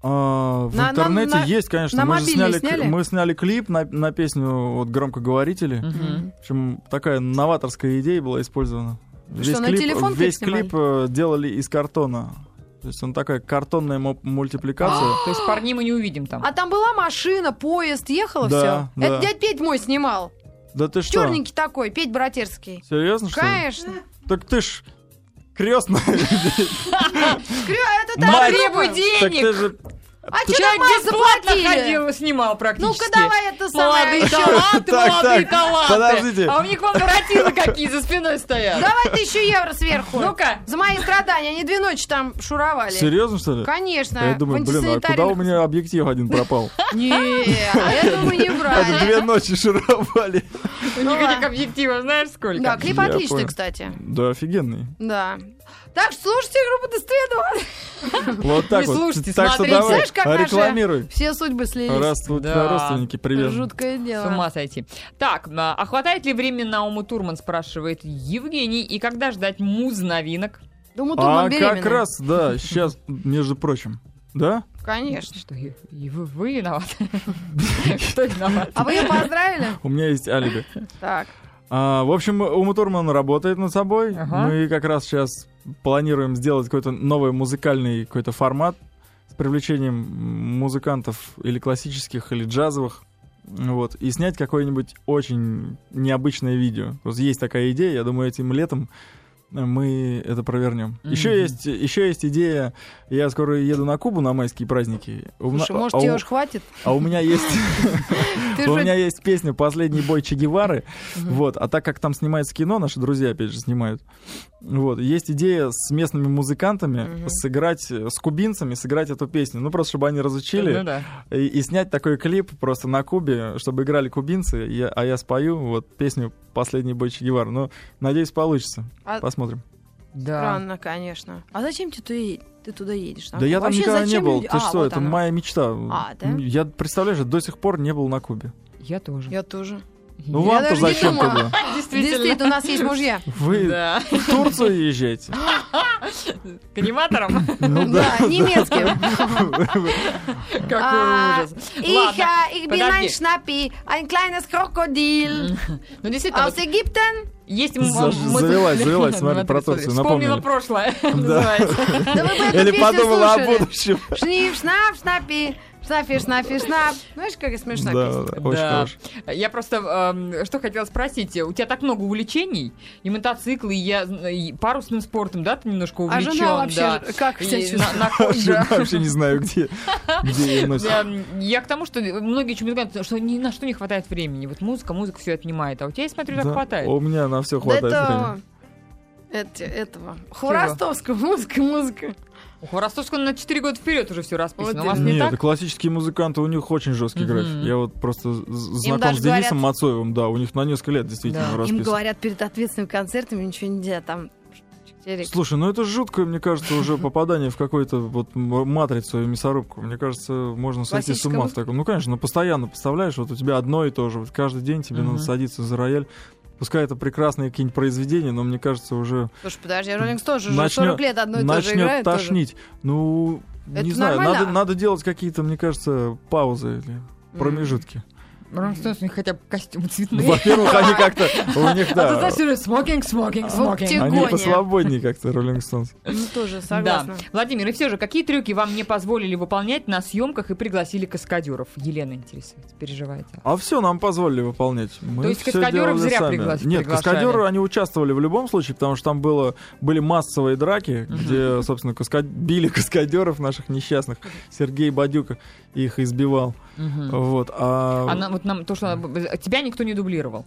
D: А, в
B: На- на-
D: интернете
B: на-
D: есть, конечно.
B: на
D: мы же
B: мобильный
D: сняли, к-
B: сняли?
D: мы сняли клип на, на песню вот, громкоговорители.
C: Мгм.
D: В общем, такая новаторская идея была использована. Весь
B: на
D: клип,
B: телефон клип
D: весь
B: снимали?
D: клип э, делали из картона. То есть он такая картонная му- мультипликация.
C: То есть парней мы не увидим там.
B: А там была машина, поезд, ехало
D: Да,
B: все.
D: да.
B: Это дядя Петь мой снимал.
D: Да ты что?
B: Черненький такой, Петь Братерский.
D: Серьезно, что ли?
B: Конечно.
D: Так ты ж крестная.
B: Крё- это та
D: Мать!
C: Требуй
B: рыба.
D: Так
C: денег!
D: ты же...
B: А что там
C: Человек
B: вас
C: бесплатно
B: заплатили?
C: ходил и снимал практически.
B: Ну-ка давай это самое. а
C: Молодые
B: еще.
C: таланты,
D: Так,
C: молодые
D: так,
C: таланты.
D: подождите.
C: А у них вон воротилы какие за спиной стоят.
B: Давай тысячу евро сверху.
D: Ну,
C: Ну-ка.
B: За мои страдания. Они две ночи там шуровали.
D: Серьезно, что ли?
B: Конечно.
D: Я думаю,
B: в
D: блин, а куда у
B: антисанитарных-
D: меня объектив один пропал?
B: Не, это мы а не
D: А Это
B: брали.
D: две Ну, ночи шуровали.
C: У них этих объективов знаешь сколько?
B: Да, клип
D: Я
B: отличный,
D: понял.
B: кстати.
D: Да офигенный.
B: Да. Так что слушайте группу Досвидос.
D: Вот так вот.
C: слушайте,
D: Так что
C: смотрите.
D: давай, а
B: Знаешь, как э, наши-
D: рекламируй.
B: Все судьбы слились.
D: Раз тут
C: Да.
D: да, родственники привет.
B: Жуткое
C: С
B: дело.
C: ума сойти. Так, а а хватает ли времени на Уму Турман, спрашивает Евгений. И когда ждать муз новинок?
B: Думаю, Турман
D: А
B: беременна.
D: как раз, да, сейчас, между прочим. Да?
B: Конечно.
C: Что, и- и вы, вы виноваты? Кто виноват?
B: А вы ее поздравили?
D: У меня есть алиби.
B: Так.
D: А, в общем, Ума Турман работает над собой.
C: Ага.
D: Мы как раз сейчас планируем сделать какой-то новый музыкальный какой-то формат с привлечением м, музыкантов или классических, или джазовых. Вот, и снять какое-нибудь очень необычное видео. Вот есть такая идея, я думаю, этим летом э, мы это провернем. Еще
C: Мгм.
D: есть, еще есть идея. Я скоро еду на Кубу на майские праздники. У мна-
B: Слушай, может,
D: а,
B: тебе
D: у,
B: уж хватит?
D: а у меня есть,
B: Ты
D: у
B: же-
D: меня есть песня "Последний бой Че Гевары".
B: Мгм.
D: Вот, а так как там снимается кино, наши друзья опять же снимают. Вот, есть идея с местными музыкантами
B: Мгм.
D: сыграть э, с кубинцами сыграть эту песню. Ну просто чтобы они разучили.
C: Ну да.
D: И, и снять такой клип просто на Кубе, чтобы играли кубинцы, я- а я спою вот песню «Последний бой Че Гевары». Ну, надеюсь, получится.
B: А-
D: Посмотрим.
C: Да.
B: Странно, конечно. А зачем тебе туда е- ты туда едешь? а?
D: да я там
B: Вообще,
D: никогда не
B: зачем
D: был.
B: люди-
D: Ты
B: А,
D: что,
B: вот
D: это
B: оно.
D: моя мечта.
B: А, да?
D: Я, представляешь, я до сих пор не был на Кубе.
C: Я тоже.
B: Я тоже.
D: Ну
B: Я
D: вам-то
B: даже не
D: зачем
B: думала.
D: тогда?
B: Действительно, у нас есть мужья.
D: Вы
C: Да.
D: в Турцию езжайте.
C: К аниматорам?
D: Ну да.
B: Да, немецким. А,
C: Какой ужас.
B: Ich,
C: Ладно.
B: äh, ich bin
C: подожди.
B: ein Schnappi, ein kleines Krokodil А
C: Ну, действительно,
B: aus
C: вот
B: Египтен.
C: есть...
D: За- завелась, завелась, смотри, про Турцию,
C: Вспомнила
D: напомнили.
C: прошлое, называется.
B: Да ну, вы бы эту
D: Или
B: песню
D: подумала а о
B: слушали.
D: будущем.
B: Шниф, шнаф, шнапи, шнафи, шнафи, шнаф. Знаешь, как смешно
D: Да, да,
B: песня?
D: да, очень
C: Да.
D: хорошо.
C: Я просто эм, что хотела спросить. У тебя так много увлечений. И мотоциклы, и, я, и парусным спортом, да, ты немножко
B: А
C: увлечен.
B: жена вообще
C: да.
B: ж- как
C: И
B: себя
C: на,
B: чувствует?
C: на коже.
D: Жена Вообще не знаю, где где ее носит.
C: Я, м, я к тому, что многие чему что ни на что не хватает времени. Вот музыка, музыка все отнимает. А у тебя, я смотрю, так
D: Да,
C: хватает.
D: У меня на все
B: Да
D: хватает времени.
B: это... это- Этого. Хворостовского. Музыка, музыка.
C: У Ростовского на 4 года вперед уже все расписано.
B: Вот
C: у вас не
D: Нет,
C: так?
D: классические музыканты, у них очень жесткий
C: Мгм.
D: график. Я вот просто з- знаком
B: даже
D: с Денисом
B: говорят-
D: Мацоевым, да, у них на несколько лет действительно
C: Да.
B: Им
D: расписано.
B: говорят, перед ответственными концертами ничего нельзя. Там чик-чирик.
D: Слушай, ну это жуткое, мне кажется, уже попадание в какую-то вот м- матрицу и мясорубку. Мне кажется, можно сойти с
B: Классическая
D: ума в
B: музыка?
D: таком. Ну, конечно, ну, постоянно поставляешь, вот у тебя одно и то же. Вот каждый день тебе
C: Мгм.
D: надо садиться за рояль. Пускай это прекрасные какие-нибудь произведения, но мне кажется, уже
B: Слушай, подожди, Роллингс тоже уже
D: Начнёт-
B: 40 лет одно и то же
D: начнет
B: играет. тоже.
D: тошнить. Ну,
B: Это
D: не знаю,
B: нормально.
D: надо, надо делать какие-то, мне кажется, паузы или
B: М.
D: промежутки.
C: Роллинг Стоунс, у них хотя бы костюмы
D: Ну,
C: цветные.
D: Во-первых, они как-то... У них,
C: А ты
D: да,
C: знаешь, всё время смокинг, смокинг,
B: А Вот
C: смокинг.
B: те
D: они
B: гоня.
D: посвободнее как-то, Rolling Stones.
B: Ну, тоже согласна.
C: Да. Владимир, и все же, какие трюки вам не позволили выполнять на съемках и пригласили каскадеров? Елена интересуется, переживаете.
D: А все нам позволили выполнять. Мы
C: То есть
D: всё
C: каскадёров
D: делали
C: зря
D: сами.
C: пригла-
D: Нет,
C: приглашали?
D: каскадеры, они участвовали в любом случае, потому что там было, были массовые драки,
C: Мгм.
D: где, собственно, каска- били каскадеров наших несчастных. Сергей Бадюка их избивал.
C: Мгм.
D: Вот. А,
C: А на- вот нам то, что она- тебя никто не дублировал.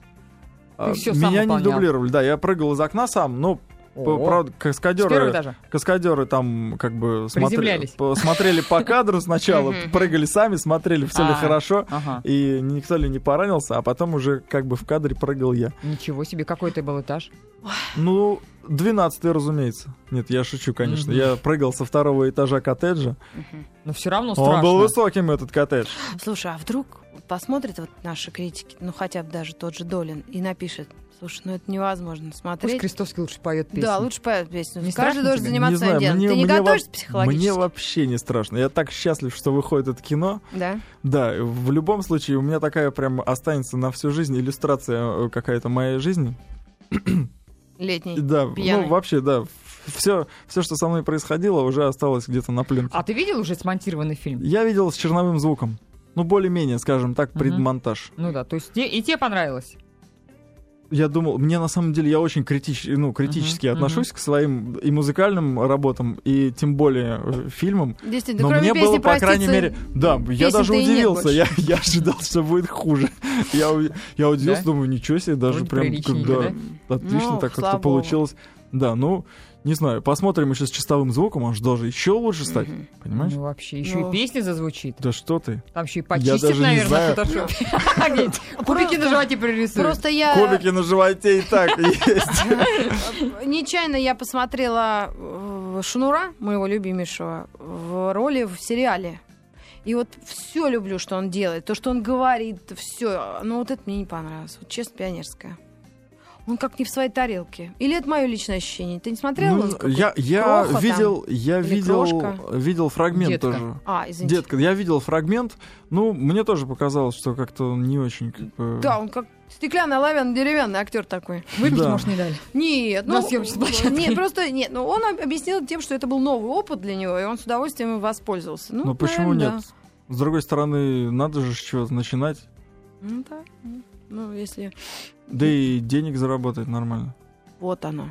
D: а,
C: ты всё сам
D: меня не
C: выполнял.
D: дублировали. Да, я прыгал из окна сам, но, п-
C: О,
D: правда,
C: С первого
D: каскадеры...
C: этажа.
D: Каскадеры там как бы смотрели,
C: Приземлялись.
D: смотрели по кадру сначала,
B: Мгм.
D: прыгали сами, смотрели, все ли
C: А.
D: хорошо,
C: Ага.
D: и никто ли не поранился, а потом уже как бы в кадре прыгал я.
C: Ничего себе, какой ты был этаж.
D: Ну, 12 разумеется. Нет, я шучу, конечно.
C: Мгм.
D: Я прыгал со второго этажа коттеджа.
B: Мгм.
C: Но все равно
D: Он был
C: Ну, страшно.
D: высоким, этот коттедж.
B: Слушай, а вдруг посмотрят вот наши критики, ну хотя бы даже тот же Долин, и напишет, слушай, ну это невозможно
C: Пусть
B: смотреть.
C: Крестовский лучше поет песню.
B: Да, лучше поет песню.
C: Не
B: Каждый
C: страшно
B: должен
C: тебе?
B: заниматься своим делом. Ты не
D: во-
B: готовишься психологически?
D: мне вообще не страшно. Я так счастлив, что выходит это кино.
B: Да.
D: Да, в любом случае, у меня такая прям останется на всю жизнь иллюстрация э, какая-то моей жизни.
B: Летний.
D: Да,
B: Пьяный.
D: ну вообще, да. Все, все, что со мной происходило, уже осталось где-то на пленке.
C: А ты видел уже смонтированный фильм?
D: Я видел с черновым звуком. Ну, более-менее, скажем так,
C: Мгм.
D: предмонтаж.
C: Ну да, то есть те- и тебе понравилось.
D: Я думал, мне на самом деле, я очень критич, ну, критически
C: Мгм,
D: отношусь к своим и музыкальным работам, и тем более э, фильмам.
B: Действительно,
D: Но
B: кроме
D: мне
B: песни
D: было, по крайней
B: «Проститься»,
D: мере, да, я
B: песен-то
D: даже
B: и нет
D: удивился.
B: больше.
D: Я, я ожидал, что будет хуже. Я, у- я удивился,
C: Да?
D: думаю, ничего себе, даже
C: Вроде
D: прям
C: приличненько,
D: да,
C: да?
D: Отлично,
B: Ну,
D: так
B: слава
D: как-то
B: богу.
D: получилось. Да, ну, не знаю, посмотрим еще с чистовым звуком, он же должен еще лучше стать.
B: Мгм.
D: Понимаешь?
C: Ну вообще, еще
B: Ну.
C: и песня зазвучит.
D: Да что ты?
C: Там еще и
D: даже
C: почистит,
D: не
C: наверное,
D: знаю.
C: фотошоп. Где-нибудь Кубики
B: Просто-
C: на животе прорисуют.
B: Просто я
D: Кубики на животе и так есть.
B: нечаянно я посмотрела э, Шнура, моего любимейшего, в роли в сериале. И вот все люблю, что он делает, то, что он говорит, все. Но вот это мне не понравилось. Вот честно, пионерская. Он как не в своей тарелке. Или это мое личное ощущение? Ты не смотрела?
D: Ну,
B: он какой-то?
D: Я я
B: кроха там?
D: видел, я
B: Или
D: видел,
B: крошка?
D: видел фрагмент
C: Детка.
D: тоже.
B: А, извините.
D: Детка, я видел фрагмент, ну, мне тоже показалось, что как-то он не очень... Как бы...
B: Да, он как стеклянный, лавян, деревянный актер такой.
C: Выпить,
D: да.
C: может, не дали.
B: Нет,
C: На
B: ну,
C: съёмочной площадке.
B: нет, просто нет. Ну, он об- объяснил тем, что это был новый опыт для него, и он с удовольствием им воспользовался. Ну,
D: Но почему
B: наверное,
D: нет? С другой стороны, надо же с чего-то начинать.
B: Ну да. ну, Ну, если
D: Да и денег заработать нормально.
B: вот оно.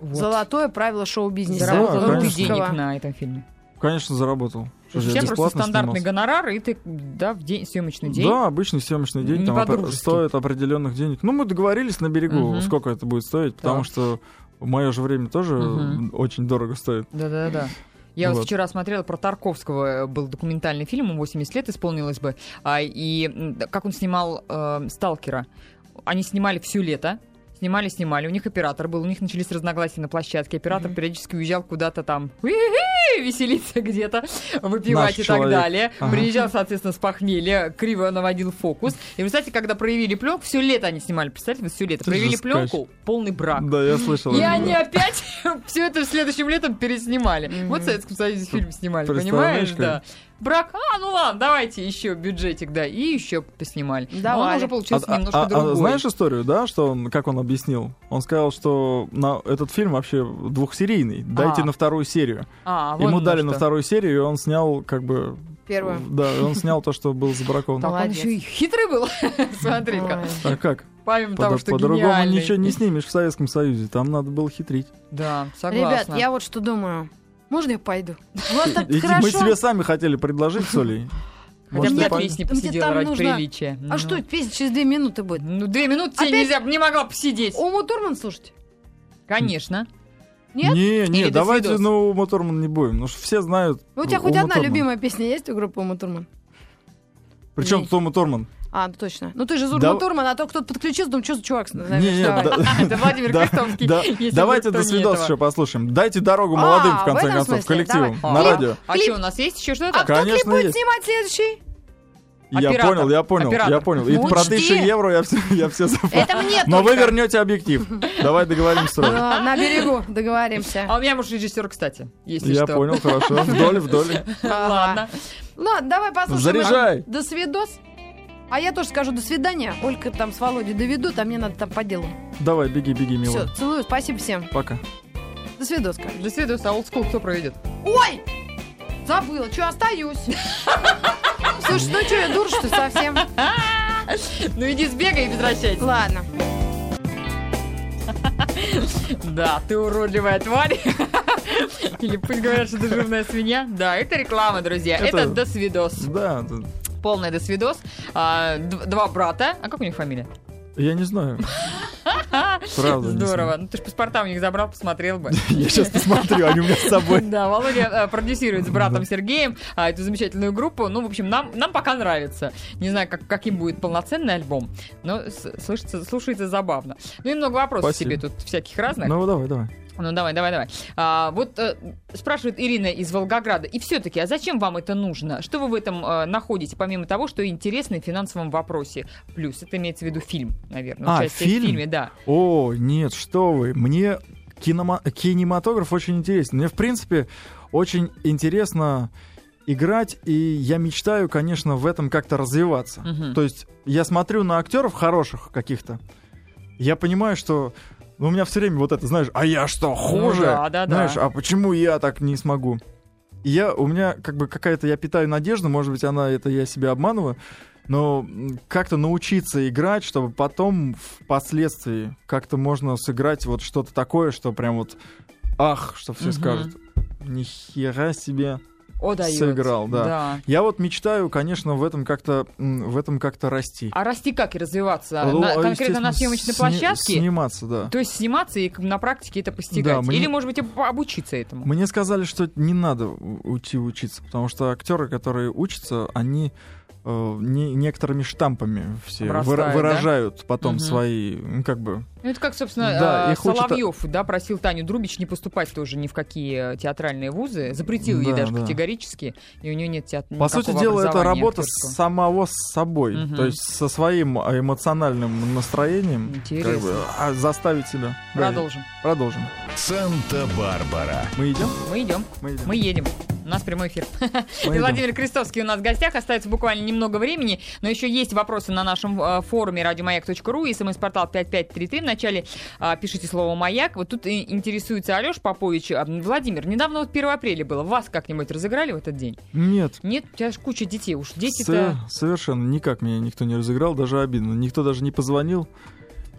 C: Вот.
B: Золотое правило шоу-бизнеса.
C: Заработал ли
D: Да,
C: ты
D: конечно.
C: денег на этом фильме.
D: Конечно, заработал. Что ж, я
C: Сейчас просто
D: бесплатно
C: стандартный
D: снимался?
C: гонорар, и ты, да, в день, съемочный день.
D: Да, обычный съемочный день
C: Не
D: там опер-
C: по-дружески.
D: стоит определенных денег. Ну, мы договорились на берегу,
C: Мгм.
D: сколько это будет стоить, потому
C: Так.
D: что в мое же время тоже
C: Мгм.
D: очень дорого стоит.
C: Да, да, да. Я вот.
D: Вот.
C: вчера смотрела про Тарковского, э, был документальный фильм, ему 80 лет исполнилось бы, а, и м, да, как он снимал э, «Сталкера». Они снимали все лето, снимали, снимали, у них оператор был, у них начались разногласия на площадке, оператор периодически уезжал куда-то там «Уи-хи!» веселиться где-то, выпивать
D: Наш
C: и так
D: человек.
C: далее.
D: Ага.
C: Приезжал, соответственно, с похмелья, криво наводил фокус. И, кстати, когда проявили пленку, все лето они снимали, представляете, вот все лето.
D: Это
C: Проявили
D: же скач.
C: пленку, полный брак.
D: Да, я слышал.
C: И
D: это,
C: они
D: да.
C: опять все это следующим летом переснимали.
B: Мгм.
C: Вот в Советском Союзе фильм снимали,
D: Представляешь,
C: понимаешь? Да. Брак, а, ну ладно, давайте еще бюджетик, да, и еще поснимали. Но он
B: Давай.
C: уже получился
D: А- а-
C: немножко
D: а- а
C: другой.
D: знаешь историю, да, что он, как он объяснил? Он сказал, что на этот фильм вообще двухсерийный, дайте
C: А.
D: на вторую серию.
C: А, вон
D: Ему
C: оно
D: дали
C: что.
D: на вторую серию, и он снял как бы...
B: Первое.
D: Да, и он снял то, что было
C: Так,
D: забраковано.
C: он
B: Молодец.
C: еще и хитрый был, смотри-ка.
B: Ой.
D: А как?
C: Помимо
D: По-
C: того, что
D: По-другому
C: гениальный.
D: ничего не снимешь в Советском Союзе, там надо было хитрить.
C: Да,
B: Ребят,
C: согласна.
B: я вот что думаю. Можно я пойду? Вот Ну, так
D: И мы
B: хорошо.
D: тебе сами хотели предложить, Солей.
C: Хотя
D: Может,
C: бы
D: ты
C: на
D: по-
C: песне
B: Мне там
C: посидела ради
B: нужно-
C: приличия.
B: А
C: Ну.
B: что, песня через две минуты будет?
C: Ну, две минуты тебе
B: Опять?
C: нельзя, не могла посидеть.
B: Ому Турман слушать?
C: Конечно.
B: Нет?
D: Не,
C: Или
D: не,
C: до
D: давайте,
C: свидос.
D: ну, Моторман не будем. Ну, ж все знают.
B: Ну, У тебя хоть одна любимая песня есть у группы Ума Турман?
D: Причем
B: Есть.
D: тут Ума Турман.
B: А, ну точно. Ну ты же из
D: Да-
B: Ума Турман, а то кто-то подключился, думаю, что за чувак с
D: Не, не, да-
C: Это Владимир
D: Да,
C: Крестовский.
D: да.
C: если
D: Давайте
C: вдруг
D: до
C: кто не
D: свидос
C: этого.
D: еще послушаем. Дайте дорогу
B: А,
D: молодым,
B: в
D: в конце
B: этом
D: концов,
B: смысле,
D: коллективом.
C: давай.
D: На
C: Клип.
D: радио.
C: А что, у нас есть еще что-то?
B: А кто клип
D: Конечно,
B: будет
D: есть.
B: снимать следующий?
D: Я
C: Оператор.
D: понял, я понял,
C: Оператор.
D: я понял. И
B: Ну,
D: про
B: учти.
D: тысячу евро я все, я все запомнил.
B: Это мне
D: Но вы
B: только.
D: вернете объектив. Давай договоримся сразу.
B: Да, На берегу договоримся.
C: А у меня муж режиссер, кстати, если
D: Я
C: что.
D: понял, хорошо. Вдоль, вдоль.
C: Ладно.
B: Ладно, давай послушаем.
D: Ну, Заряжай.
B: До свидос. А я тоже скажу до свидания. Ольга там с Володей доведут, а мне надо там по делу.
D: Давай, беги, беги, мило.
B: Все, целую, спасибо всем.
D: Пока.
B: До свидос, короче.
C: До свидос, а олдскул кто проведет?
B: Ой! Забыла, что остаюсь. Слушай, ну что, я дура, что ли, совсем?
C: Ну иди сбегай и возвращайся.
B: Ладно.
C: Да, ты уродливая тварь. Или пусть говорят, что ты жирная свинья. Да, это реклама, друзья.
D: Это-
C: Это до свидос.
D: Да, тут-
C: Полная до свидос. А, д- Два брата. А как у них фамилия?
D: я не знаю. Правда, не
C: Здорово. Ну ты же паспорта у них забрал, посмотрел бы.
D: Я сейчас посмотрю, они у меня с собой.
C: Да, Володя э, продюсирует с братом Сергеем а, эту замечательную группу. Ну, в общем, нам, нам пока нравится. Не знаю, как, каким будет полноценный альбом, но с- слышится, слушается забавно. Ну и много вопросов
D: Спасибо.
C: тебе тут всяких разных. Ну,
D: Ну, давай, давай.
C: давай, давай, давай. А, вот э, спрашивает Ирина из Волгограда. И все-таки, а зачем вам это нужно? Что вы в этом э, находите, помимо того, что интересно в финансовом вопросе? Плюс, это имеется в виду фильм, наверное.
D: А,
C: участие в
D: фильм?
C: фильме, да.
D: О, нет, что вы. Мне кинома- кинематограф очень интересен. Мне, в принципе, очень интересно играть, и я мечтаю, конечно, в этом как-то развиваться.
C: Мгм.
D: То есть я смотрю на актеров хороших каких-то, я понимаю, что ну, у меня все время вот это, знаешь, а я что, хуже?
C: Ну да, да, да.
D: знаешь, а почему я так не смогу? И я, у меня как бы какая-то, я питаю надежду, может быть, она, это я себя обманываю, но м, как-то научиться играть, чтобы потом впоследствии как-то можно сыграть вот что-то такое, что прям вот ах, что все
C: Мгм.
D: скажут. Нихера себе.
C: О, дает.
D: сыграл, да.
C: да.
D: Я вот мечтаю, конечно, в этом как-то м, в этом как-то расти.
C: А расти как и развиваться?
D: Ну,
C: На-
D: а,
C: конкретно на
D: естественно,
C: съемочной
D: сни-
C: площадке?
D: Сниматься, да.
C: То есть сниматься и как бы на практике это постигать.
D: Да, мне-
C: Или, может быть, об- обучиться этому.
D: Мне сказали, что не надо у- уйти учиться, потому что актеры, которые учатся, они э, не- некоторыми штампами все выра-
C: Обрастают, да?
D: выражают потом
C: Мгм.
D: свои, ну, как бы.
C: Ну, это как, собственно,
D: Да,
C: э,
D: их учат-
C: Соловьев да, просил Таню Друбич не поступать тоже ни в какие э, театральные вузы. Запретил ей
D: Да,
C: даже
D: да.
C: категорически, и у нее нет театра.
D: По сути дела, это работа с самого с собой,
C: Мгм.
D: то есть со своим а, эмоциональным настроением, как бы,
C: Интересно.
D: а, заставить себя. Да,
C: Продолжим.
D: Продолжим.
A: Санта-Барбара.
D: Мы идем?
C: Мы идем.
D: Мы идем.
C: Мы едем. У нас прямой эфир. И
D: Поэтому-
C: Владимир Крестовский у нас в гостях. Остается буквально немного времени, но еще есть вопросы на нашем э, форуме радиомаяк.ру и смс-портал 5533. Вначале а, пишите слово «Маяк». Вот тут и интересуется Алеш Попович. А, Владимир, недавно вот 1 апреля было. Вас как-нибудь разыграли в этот день?
D: Нет.
C: Нет, у тебя же куча детей уж.
D: Со-
C: Дети-то...
D: Совершенно никак меня никто не разыграл, даже обидно. Никто даже не позвонил.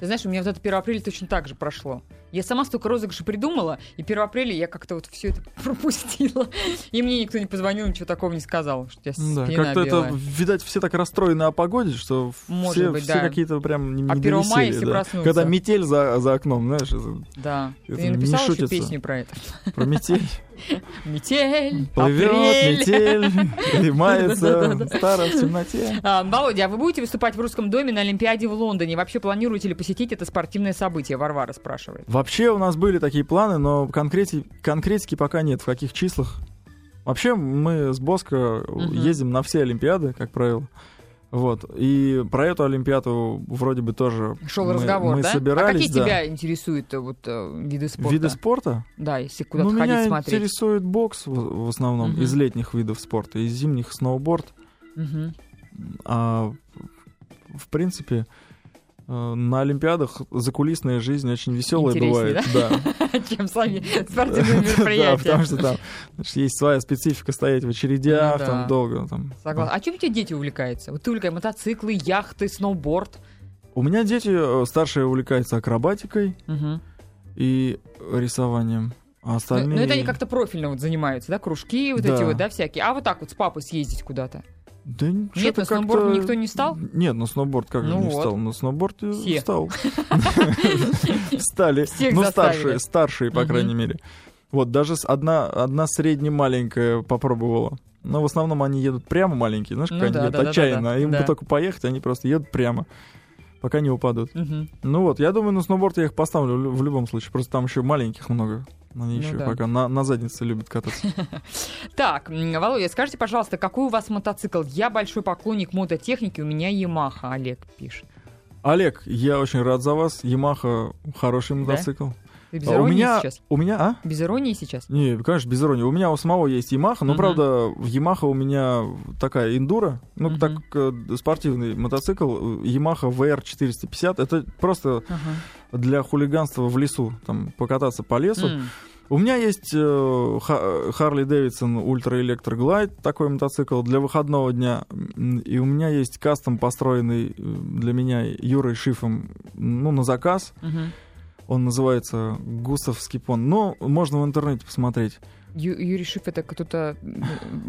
C: Ты знаешь, у меня вот это 1 апреля точно так же прошло. Я сама столько розыгрышей придумала, и 1 апреля я как-то вот все это пропустила. И мне никто не позвонил, ничего такого не сказал, что у тебя
D: Да,
C: спина
D: как-то
C: белая.
D: это, видать, все так расстроены о погоде, что в-
C: Может
D: все,
C: быть,
D: все
C: да.
D: какие-то прям не,
C: А
D: не
C: 1 мая
D: довисели,
C: все
D: да.
C: проснутся.
D: Когда метель за, за окном, знаешь, это-
C: Да. Ты
D: Это
C: не
D: не
C: написала еще
D: шутится.
C: песню про это?
D: про метель.
C: Метель,
D: Плывет
C: апрель.
D: метель, и мается
C: Да-да-да-да.
D: старо в темноте.
C: А, Володя, а вы будете выступать в русском доме на Олимпиаде в Лондоне? Вообще планируете ли посетить это спортивное событие? Варвара спрашивает.
D: Вообще у нас были такие планы, но конкрети- конкретики пока нет, в каких числах. Вообще мы с Боско
C: Мгм.
D: ездим на все Олимпиады, как правило. Вот. И про эту Олимпиаду вроде бы тоже
C: Шел
D: мы,
C: разговор,
D: мы
C: да?
D: собирались.
C: а какие
D: да.
C: тебя интересуют э, вот, э, виды спорта?
D: Виды спорта?
C: Да, если куда-то
D: ну, меня
C: ходить смотреть.
D: интересует бокс в, в основном
C: Мгм.
D: из летних видов спорта, из зимних сноуборд.
C: Мгм.
D: А в принципе э, на Олимпиадах закулисная жизнь очень веселая
C: Интереснее,
D: бывает. Да.
C: Чем сами спортивные
D: Да, потому
C: мероприятия.
D: что там значит, есть своя специфика стоять в очередях,
C: Ну да.
D: там долго. Там.
C: Согласна. А чем у тебя дети увлекаются? Вот ты увлекаешь мотоциклы, яхты, сноуборд.
D: У меня дети э, старшие увлекаются акробатикой
C: Мгм.
D: и рисованием. А
C: Ну,
D: остальные...
C: ну, это они как-то профильно вот занимаются, да, кружки вот
D: Да.
C: эти вот, да, всякие. А вот так вот с папой съездить куда-то.
D: Да н-
C: Нет,
D: чё-то
C: на сноуборд
D: как-то-
C: никто не встал?
D: Нет, на сноуборд как
C: Ну
D: же не
C: вот.
D: встал? На сноуборд э,
C: Все.
D: встал. Встали.
C: Всех
D: Ну,
C: заставили.
D: старшие, старшие, по
C: Мгм.
D: крайней мере. Вот, даже с- одна, одна средне-маленькая попробовала. Но в основном они едут прямо маленькие, знаешь,
C: Ну
D: как они
C: да,
D: едут
C: да, да, да,
D: отчаянно.
C: да.
D: А Им бы
C: Да.
D: только поехать, они просто едут прямо, пока не упадут.
C: Мгм.
D: Ну вот, я думаю, на сноуборд я их поставлю в лю- в любом случае. Просто там еще маленьких много. Они
C: Ну
D: еще
C: да.
D: пока на, на заднице любят кататься.
C: Так, м, Володя, скажите, пожалуйста, какой у вас мотоцикл? Я большой поклонник мототехники, у меня Ямаха, Олег пишет.
D: Олег, я очень рад за вас. Ямаха хороший
C: Да?
D: мотоцикл.
C: Ты без
D: А у
C: иронии
D: меня,
C: сейчас?
D: у меня, а?
C: Без иронии сейчас?
D: Не, конечно, без иронии. У меня у самого есть Ямаха, но,
C: Мгм.
D: правда, в Ямаха у меня такая эндура, ну,
C: Мгм.
D: так, э, спортивный мотоцикл, э, Ямаха VR450, это просто
C: Ага.
D: для хулиганства в лесу, там, покататься по лесу.
C: М,
D: У меня есть э, Харли Дэвидсон Ультра Электро Глайд, такой мотоцикл для выходного дня, М, и у меня есть кастом, построенный э, для меня Юрой Шифом, ну, на заказ,
C: мгм.
D: он называется Гусов Скипон, но можно в интернете посмотреть.
C: Ю- Юрий Шиф это кто-то в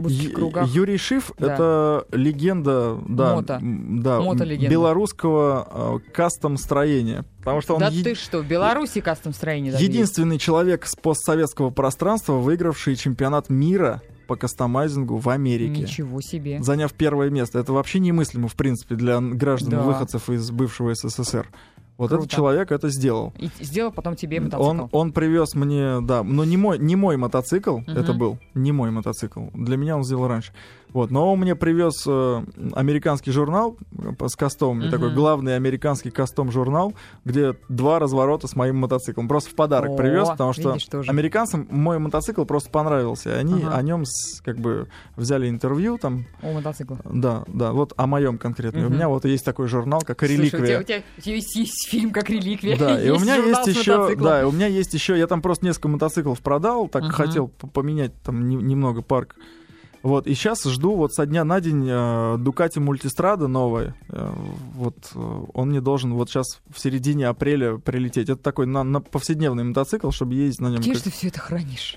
D: Ю-
C: узких кругах.
D: Юрий Шиф
C: Да.
D: это легенда, да,
C: Мото.
D: м, да,
C: Мото-легенда.
D: белорусского а, кастом строения, потому что он
C: Да
D: е-
C: ты что, в Беларуси кастом строение даже есть?
D: единственный человек с постсоветского пространства, выигравший чемпионат мира по кастомайзингу в Америке.
C: Ничего себе.
D: Заняв первое место. Это вообще немыслимо, в принципе, для
C: Да.
D: граждан-выходцев из бывшего СССР. Вот
C: Круто.
D: этот человек это сделал.
C: И сделал потом тебе мотоцикл.
D: Он, он привез мне, да, но не мой, не мой мотоцикл, это был, не мой мотоцикл. Для меня он сделал раньше. Вот, но он мне привез э, американский журнал э, по- с кастом,
C: Мгм.
D: такой главный американский кастом журнал, где два разворота с моим мотоциклом. Просто в подарок
C: О,
D: привез, потому что
C: видишь, тоже.
D: американцам мой мотоцикл просто понравился. и Они
C: Ага.
D: о нем как бы взяли интервью там,
C: О, мотоцикл.
D: да, да, вот о моем конкретно. И У
C: Мгм.
D: меня вот есть такой журнал, как реликвия.
C: Слушай, у тебя, у тебя- у тебя есть, есть фильм как реликвия.
D: Да, и у меня
C: журнал
D: есть
C: с
D: еще,
C: мотоциклом.
D: да, и у меня есть еще, я там просто несколько мотоциклов продал, так
C: Мгм.
D: хотел п- поменять там не- немного парк. Вот, и сейчас жду вот со дня на день э, Дукати Мультистрада новая. Э, вот э, он мне должен вот сейчас в середине апреля прилететь. Это такой на, на повседневный мотоцикл, чтобы ездить на нем.
C: Где же ты все это хранишь?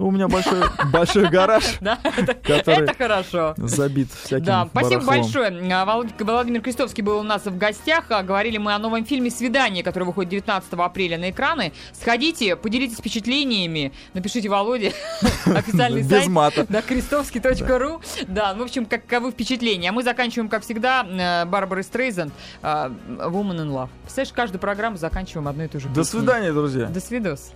D: Ну, у меня большой, большой гараж,
C: Да, это-
D: который
C: это хорошо.
D: забит всяким
C: Да, спасибо
D: барахлом.
C: большое. А, Володь- Владимир Крестовский был у нас в гостях. А, Говорили мы о новом фильме «Свидание», который выходит 19 апреля на экраны. Сходите, поделитесь впечатлениями. Напишите Володе официальный
D: Без
C: сайт.
D: мата.
C: Да, крестовский.ру. Да, ну, в общем, каковы впечатления. А мы заканчиваем, как всегда, э, Барбарой Стрейзанд, э, Woman in Love. Представляешь, каждую программу заканчиваем одной и той же
D: До
C: песней.
D: свидания, друзья.
C: До свидос.